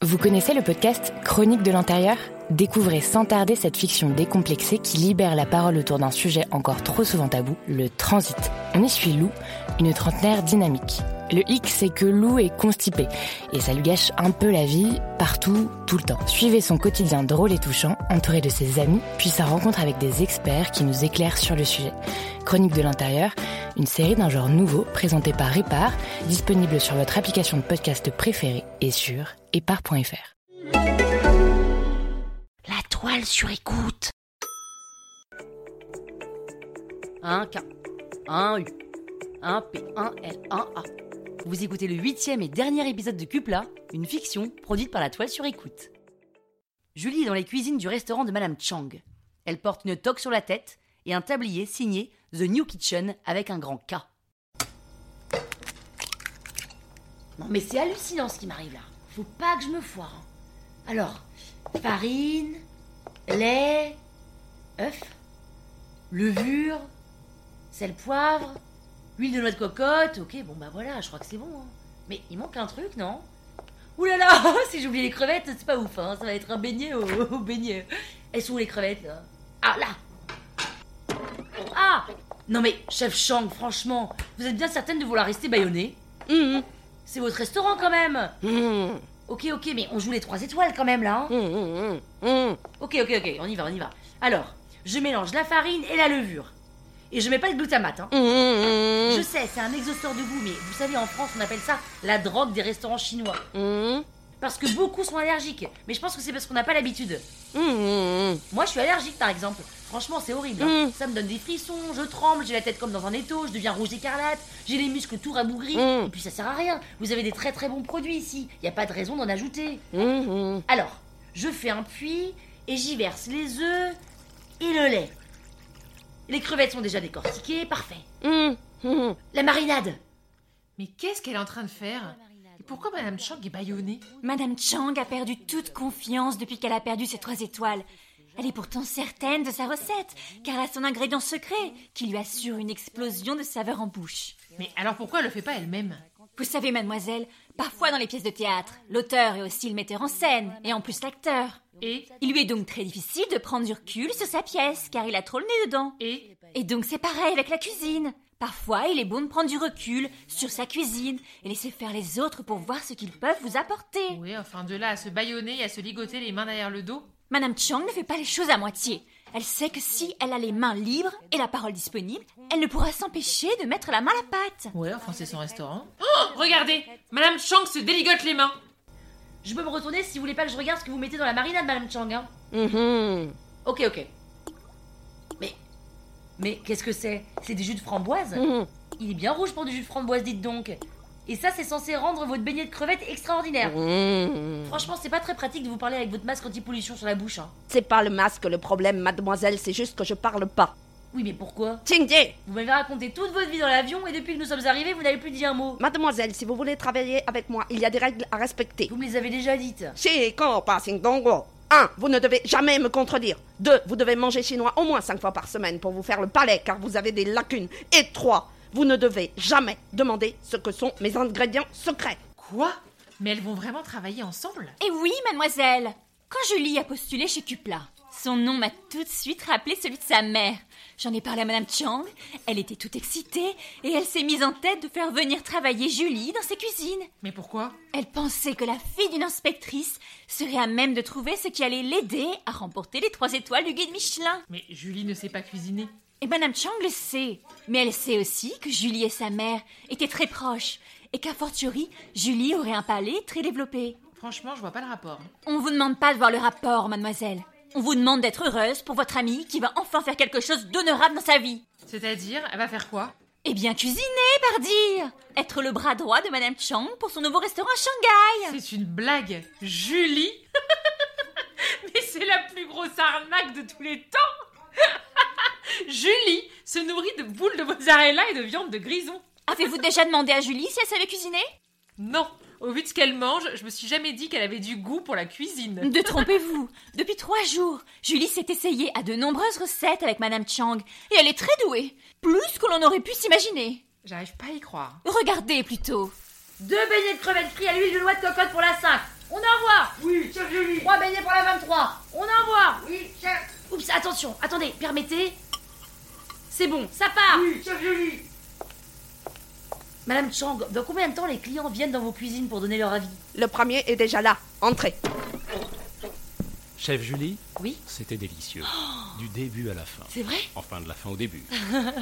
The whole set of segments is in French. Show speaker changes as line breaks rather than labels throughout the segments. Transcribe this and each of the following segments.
Vous connaissez le podcast Chronique de l'intérieur Découvrez sans tarder cette fiction décomplexée qui libère la parole autour d'un sujet encore trop souvent tabou, le transit. On y suit Lou, une trentenaire dynamique. Le hic, c'est que Lou est constipée et ça lui gâche un peu la vie, partout, tout le temps. Suivez son quotidien drôle et touchant, entouré de ses amis, puis sa rencontre avec des experts qui nous éclairent sur le sujet. Chronique de l'intérieur, une série d'un genre nouveau présentée par Répar, disponible sur votre application de podcast préférée et sur épar.fr.
La toile sur écoute. Un K, un U, un P, un L, un A. Vous écoutez le huitième et dernier épisode de Cupla, une fiction produite par la toile sur écoute. Julie est dans les cuisines du restaurant de Madame Chang. Elle porte une toque sur la tête et un tablier signé The New Kitchen avec un grand K. Non mais c'est hallucinant ce qui m'arrive là. Faut pas que je me foire. hein. Alors, farine, lait, œuf, levure, sel poivre, huile de noix de cocotte. Ok, bon bah voilà, je crois que c'est bon. hein. Mais il manque un truc, non Ouh là là, si j'oublie les crevettes, c'est pas ouf. hein, Ça va être un beignet au, au beignet. Elles sont où les crevettes là Ah là Ah Non mais, chef Chang, franchement, vous êtes bien certaine de vouloir rester bâillonné C'est votre restaurant quand même Ok, ok, mais on joue les trois étoiles quand même là. hein. Ok, ok, ok, on y va, on y va. Alors, je mélange la farine et la levure. Et je mets pas de glutamate. Hein. Je sais, c'est un exhausteur de goût, mais vous savez, en France, on appelle ça la drogue des restaurants chinois. Parce que beaucoup sont allergiques. Mais je pense que c'est parce qu'on n'a pas l'habitude. Moi, je suis allergique, par exemple. Franchement, c'est horrible. hein.
Mm.
Ça me donne des frissons, je tremble, j'ai la tête comme dans un étau, je deviens rouge écarlate, j'ai les muscles tout rabougris.
Mm.
Et puis ça sert à rien. Vous avez des très très bons produits ici. Y a pas de raison d'en ajouter. Alors, je fais un puits et j'y verse les œufs et le lait. Les crevettes sont déjà décortiquées, parfait. La marinade
Mais qu'est-ce qu'elle est en train de faire Et pourquoi Madame Chang est bâillonnée
Madame Chang a perdu toute confiance depuis qu'elle a perdu ses trois étoiles. Elle est pourtant certaine de sa recette, car elle a son ingrédient secret qui lui assure une explosion de saveur en bouche.
Mais alors pourquoi elle le fait pas elle-même
Vous savez, mademoiselle, parfois dans les pièces de théâtre, l'auteur est aussi le metteur en scène, et en plus l'acteur.
Et
Il lui est donc très difficile de prendre du recul sur sa pièce, car il a trop le nez dedans.
Et
Et donc c'est pareil avec la cuisine. Parfois, il est bon de prendre du recul sur sa cuisine et laisser faire les autres pour voir ce qu'ils peuvent vous apporter.
Oui, enfin de là à se bâillonner et à se ligoter les mains derrière le dos.
Madame Chang ne fait pas les choses à moitié. Elle sait que si elle a les mains libres et la parole disponible, elle ne pourra s'empêcher de mettre la main à la pâte.
Ouais, enfin c'est son restaurant. Oh, regardez Madame Chang se déligote les mains
Je peux me retourner si vous voulez pas que je regarde ce que vous mettez dans la marinade, Madame Chang. hein ok, ok. Mais. Mais qu'est-ce que c'est C'est du jus de framboise
Hum.
Il est bien rouge pour du jus de framboise, dites donc. Et ça, c'est censé rendre votre beignet de crevettes extraordinaire.
Mmh.
Franchement, c'est pas très pratique de vous parler avec votre masque anti-pollution sur la bouche. Hein.
C'est pas le masque le problème, mademoiselle, c'est juste que je parle pas.
Oui, mais pourquoi
Ting Ting
Vous m'avez raconté toute votre vie dans l'avion et depuis que nous sommes arrivés, vous n'avez plus dit un mot.
Mademoiselle, si vous voulez travailler avec moi, il y a des règles à respecter.
Vous me les avez déjà dites.
C'est quand passing dongo 1. Vous ne devez jamais me contredire. 2. Vous devez manger chinois au moins 5 fois par semaine pour vous faire le palais car vous avez des lacunes. Et 3. Vous ne devez jamais demander ce que sont mes ingrédients secrets.
Quoi Mais elles vont vraiment travailler ensemble
Et oui, mademoiselle Quand Julie a postulé chez Cupla, son nom m'a tout de suite rappelé celui de sa mère. J'en ai parlé à Madame Chang, elle était toute excitée et elle s'est mise en tête de faire venir travailler Julie dans ses cuisines.
Mais pourquoi
Elle pensait que la fille d'une inspectrice serait à même de trouver ce qui allait l'aider à remporter les trois étoiles du guide Michelin.
Mais Julie ne sait pas cuisiner.
Et Madame Chang le sait, mais elle sait aussi que Julie et sa mère étaient très proches, et qu'à fortiori, Julie aurait un palais très développé.
Franchement, je vois pas le rapport.
On vous demande pas de voir le rapport, mademoiselle. On vous demande d'être heureuse pour votre amie qui va enfin faire quelque chose d'honorable dans sa vie.
C'est-à-dire, elle va faire quoi
Et bien cuisiner, par dire Être le bras droit de Madame Chang pour son nouveau restaurant à Shanghai
C'est une blague. Julie Mais c'est la plus grosse arnaque de tous les temps Julie se nourrit de boules de mozzarella et de viande de grison.
Avez-vous déjà demandé à Julie si elle savait cuisiner
Non, au vu de ce qu'elle mange, je me suis jamais dit qu'elle avait du goût pour la cuisine.
Ne trompez-vous Depuis trois jours, Julie s'est essayée à de nombreuses recettes avec Madame Chang, et elle est très douée Plus que l'on aurait pu s'imaginer
J'arrive pas à y croire.
Regardez plutôt
Deux beignets de crevettes frits à l'huile de noix de cocotte pour la 5. On envoie
Oui, chef Julie.
Trois beignets pour la 23. On envoie
Oui, chef.
Oups, attention, attendez, permettez. C'est bon, ça part
Oui, chef Julie.
Madame Chang, dans combien de temps les clients viennent dans vos cuisines pour donner leur avis
Le premier est déjà là. Entrez.
Chef Julie
Oui
C'était délicieux. du début à la fin.
C'est vrai
Enfin, de la fin au début.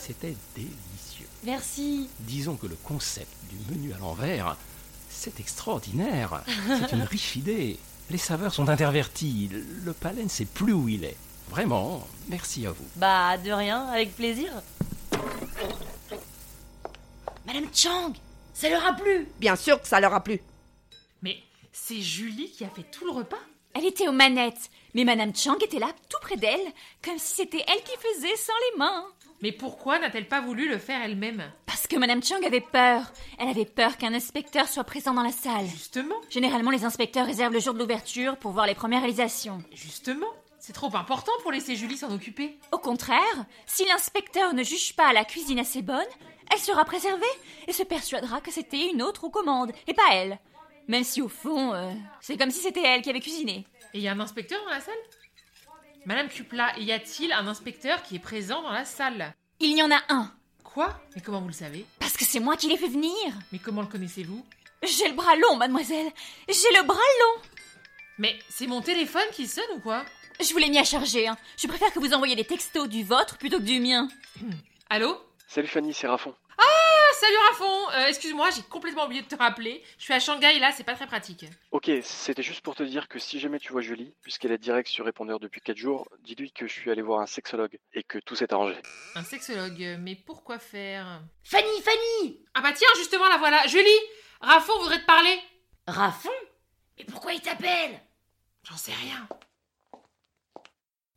C'était délicieux.
Merci.
Disons que le concept du menu à l'envers, c'est extraordinaire. C'est une riche idée. Les saveurs sont interverties. Le palais ne sait plus où il est. Vraiment, merci à vous.
Bah, de rien, avec plaisir. Madame Chang, ça leur a plu
Bien sûr que ça leur a plu.
Mais c'est Julie qui a fait tout le repas
Elle était aux manettes, mais Madame Chang était là, tout près d'elle, comme si c'était elle qui faisait sans les mains
Mais pourquoi n'a-t-elle pas voulu le faire elle-même
Parce que Madame Chang avait peur Elle avait peur qu'un inspecteur soit présent dans la salle
Justement,
Généralement, les inspecteurs réservent le jour de l'ouverture pour voir les premières réalisations.
justement. C'est trop important pour laisser Julie s'en occuper.
Au contraire, si l'inspecteur ne juge pas la cuisine assez bonne, elle sera préservée et se persuadera que c'était une autre aux commandes et pas elle. Même si au fond, euh, c'est comme si c'était elle qui avait cuisiné.
Et il y a un inspecteur dans la salle Madame Cupla, y a-t-il un inspecteur qui est présent dans la salle
Il y en a un,
Quoi Mais comment vous le savez
parce que c'est moi qui l'ai fait venir.
Mais comment le connaissez-vous
J'ai le bras long, mademoiselle. J'ai le bras long.
Mais c'est mon téléphone qui sonne ou quoi
Je vous l'ai mis à charger. hein. Je préfère que vous envoyiez des textos du vôtre plutôt que du mien.
Allô
Salut Fanny, c'est Raffon.
Ah, salut Rafon Euh, Excuse-moi, j'ai complètement oublié de te rappeler. Je suis à Shanghai là, c'est pas très pratique.
Ok, c'était juste pour te dire que si jamais tu vois Julie, puisqu'elle est direct sur répondeur depuis 4 jours, dis-lui que je suis allé voir un sexologue et que tout s'est arrangé.
Un sexologue, mais pourquoi faire
Fanny, Fanny
Ah bah tiens, justement la voilà Julie Rafon voudrait te parler
Raffon Mais pourquoi il t'appelle
J'en sais rien.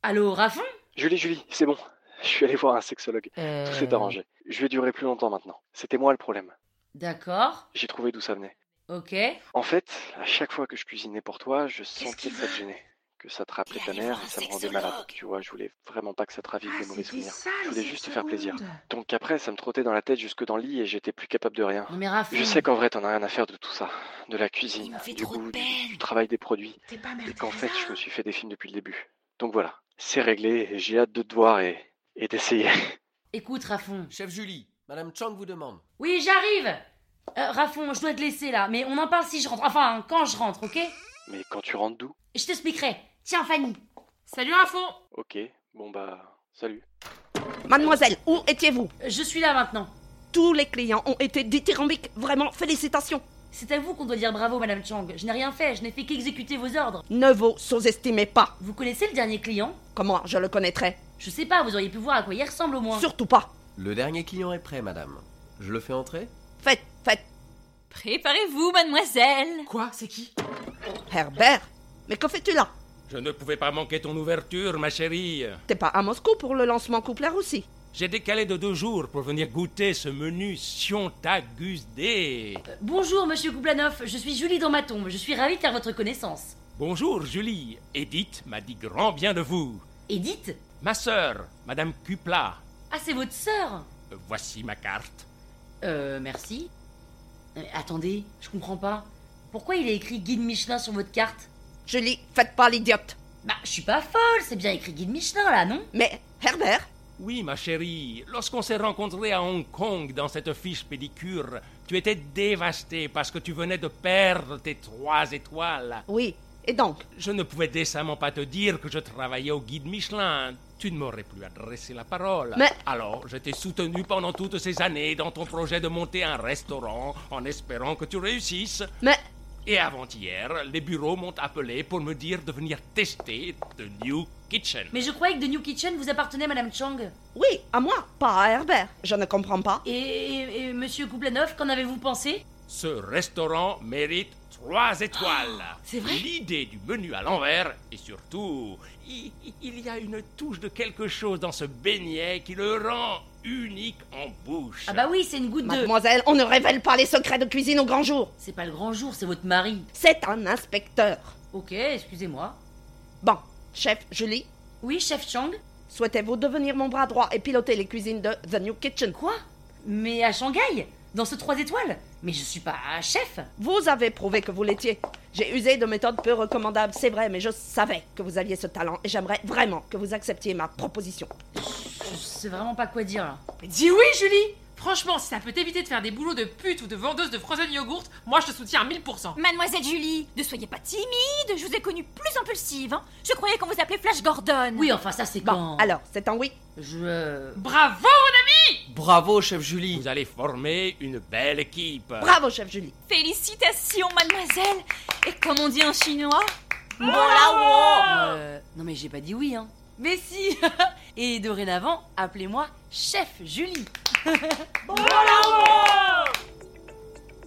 Allô, Raffon
Julie, Julie, c'est bon. Je suis allé voir un sexologue. Tout
Euh.
s'est arrangé. Je vais durer plus longtemps maintenant. C'était moi le problème.
D'accord,
J'ai trouvé d'où ça venait.
ok.
En fait, à chaque fois que je cuisinais pour toi, je sentais que ça te gênait. Que ça te rappelait ta mère et ça me rendait malade. Tu vois, je voulais vraiment pas que ça te ravive
Ah,
de mauvais souvenirs. Je voulais juste te faire plaisir. Donc après, ça me trottait dans la tête jusque dans le lit et j'étais plus capable de rien.
Non mais Raffon,
Je sais qu'en vrai, t'en as rien à faire de tout ça. De la
Il
cuisine,
me fait
du
trop de
goût, du,
peine.
du travail des produits.
T'es pas mère
Et qu'en fait, je me suis fait des films depuis le début. Donc voilà, c'est réglé et j'ai hâte de te voir et, et d'essayer.
écoute Raffon.
Chef Julie, Madame Chang vous demande.
Oui, j'arrive euh, Raffon, je dois te laisser là, mais on en parle si je rentre. Enfin, quand je rentre, ok
Mais quand tu rentres d'où
Je t'expliquerai. Tiens, Fanny.
Salut Rafon
Ok, bon bah, salut.
Mademoiselle, où étiez-vous
euh, Je suis là maintenant.
Tous les clients ont été dithyrambiques. Vraiment, félicitations.
C'est à vous qu'on doit dire bravo, Madame Chang. Je n'ai rien fait, je n'ai fait qu'exécuter vos ordres.
Ne vous sous-estimez pas.
Vous connaissez le dernier client
Comment je le connaîtrais
Je sais pas, vous auriez pu voir à quoi il ressemble au moins.
Surtout pas.
Le dernier client est prêt, Madame. Je le fais entrer
Faites, faites.
Préparez-vous, mademoiselle.
Quoi C'est qui
Herbert, mais que fais-tu là
Je ne pouvais pas manquer ton ouverture, ma chérie.
T'es pas à Moscou pour le lancement coupleur aussi
J'ai décalé de deux jours pour venir goûter ce menu Siontagusdé.
Euh, Bonjour, monsieur Koublanov, je suis Julie dans ma tombe. Je suis ravie de faire votre connaissance.
Bonjour, Julie. Edith m'a dit grand bien de vous.
Edith
Ma sœur, Madame Cupla.
Ah, c'est votre sœur
Euh, Voici ma carte.
Euh, merci. Euh, attendez, je comprends pas. Pourquoi il est écrit guide Michelin sur votre carte
Julie, faites pas l'idiote.
Bah, je suis pas folle, c'est bien écrit guide Michelin là, non
Mais Herbert,
Oui, ma chérie, lorsqu'on s'est rencontrés à Hong Kong dans cette fiche pédicure, tu étais dévastée parce que tu venais de perdre tes trois étoiles.
oui. Et donc,
Je ne pouvais décemment pas te dire que je travaillais au guide Michelin. Tu ne m'aurais plus adressé la parole.
Mais-
Alors, je t'ai soutenu pendant toutes ces années dans ton projet de monter un restaurant en espérant que tu réussisses.
mais
Et avant-hier, les bureaux m'ont appelé pour me dire de venir tester The New Kitchen.
Mais je croyais que The New Kitchen vous appartenait, Madame Chang.
Oui, à moi, pas à Herbert. Je ne comprends pas.
Et, et- et Monsieur Koublanov, qu'en avez-vous pensé
Ce restaurant mérite 3 étoiles.
Oh, c'est vrai
L'idée du menu à l'envers, et surtout, i- i- il y a une touche de quelque chose dans ce beignet qui le rend unique en bouche.
Ah bah oui, c'est une goutte de...
Mademoiselle, on ne révèle pas les secrets de cuisine au grand jour.
C'est pas le grand jour, c'est votre mari.
C'est un inspecteur.
Ok, excusez-moi.
Bon, chef Julie,
Oui, chef Chang
souhaitez-vous devenir mon bras droit et piloter les cuisines de The New Kitchen
Quoi Mais à Shanghai Dans ce 3 étoiles Mais je suis pas un chef
Vous avez prouvé que vous l'étiez. J'ai usé de méthodes peu recommandables, c'est vrai, mais je savais que vous aviez ce talent et j'aimerais vraiment que vous acceptiez ma proposition.
Je sais vraiment pas quoi dire là.
Dis oui, Julie Franchement, si ça peut t'éviter de faire des boulots de pute ou de vendeuse de frozen yogurt, moi je te soutiens à 1000%.
Mademoiselle Julie, ne soyez pas timide, je vous ai connue plus impulsive. hein. Je croyais qu'on vous appelait Flash Gordon.
Oui, enfin ça c'est
Bon,
quand
alors, c'est un oui.
Je... euh,
Bravo
Bravo, chef Julie
Vous allez former une belle équipe.
Bravo, chef Julie.
Félicitations, mademoiselle. Et comme on dit en chinois,
euh, Non mais j'ai pas dit oui, hein. Mais si Et dorénavant, appelez-moi Chef Julie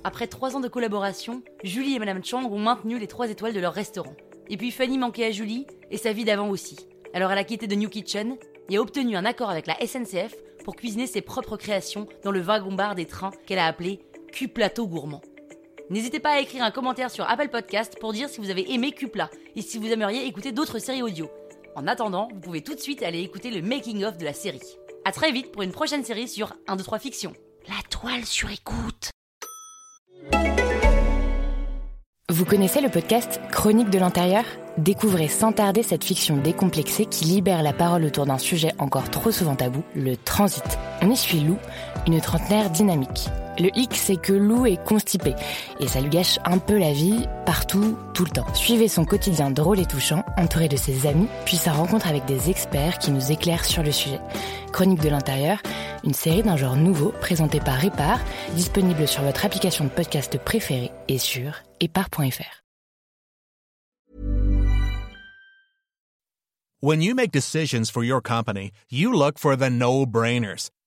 Après trois ans de collaboration, Julie et Madame Chang ont maintenu les trois étoiles de leur restaurant. Et puis Fanny manquait à Julie et sa vie d'avant aussi. Alors elle a quitté The New Kitchen et a obtenu un accord avec la SNCF pour cuisiner ses propres créations dans le wagon-bar des trains qu'elle a appelé Cuplateau Gourmand. N'hésitez pas à écrire un commentaire sur Apple Podcast pour dire si vous avez aimé Cupla et si vous aimeriez écouter d'autres séries audio. En attendant, vous pouvez tout de suite aller écouter le making of de la série. À très vite pour une prochaine série sur 1 2 3 fiction. La toile sur écoute.
Vous connaissez le podcast Chronique de l'intérieur Découvrez sans tarder cette fiction décomplexée qui libère la parole autour d'un sujet encore trop souvent tabou, le transit. On y suit Lou, une trentenaire dynamique. Le hic, c'est que Lou est constipée et ça lui gâche un peu la vie, partout, tout le temps. Suivez son quotidien drôle et touchant, entouré de ses amis, puis sa rencontre avec des experts qui nous éclairent sur le sujet. Chronique de l'intérieur, une série d'un genre nouveau présentée par Répar, disponible sur votre application de podcast préférée et sur épar.fr.
When you make decisions for your company, you look for the no brainers.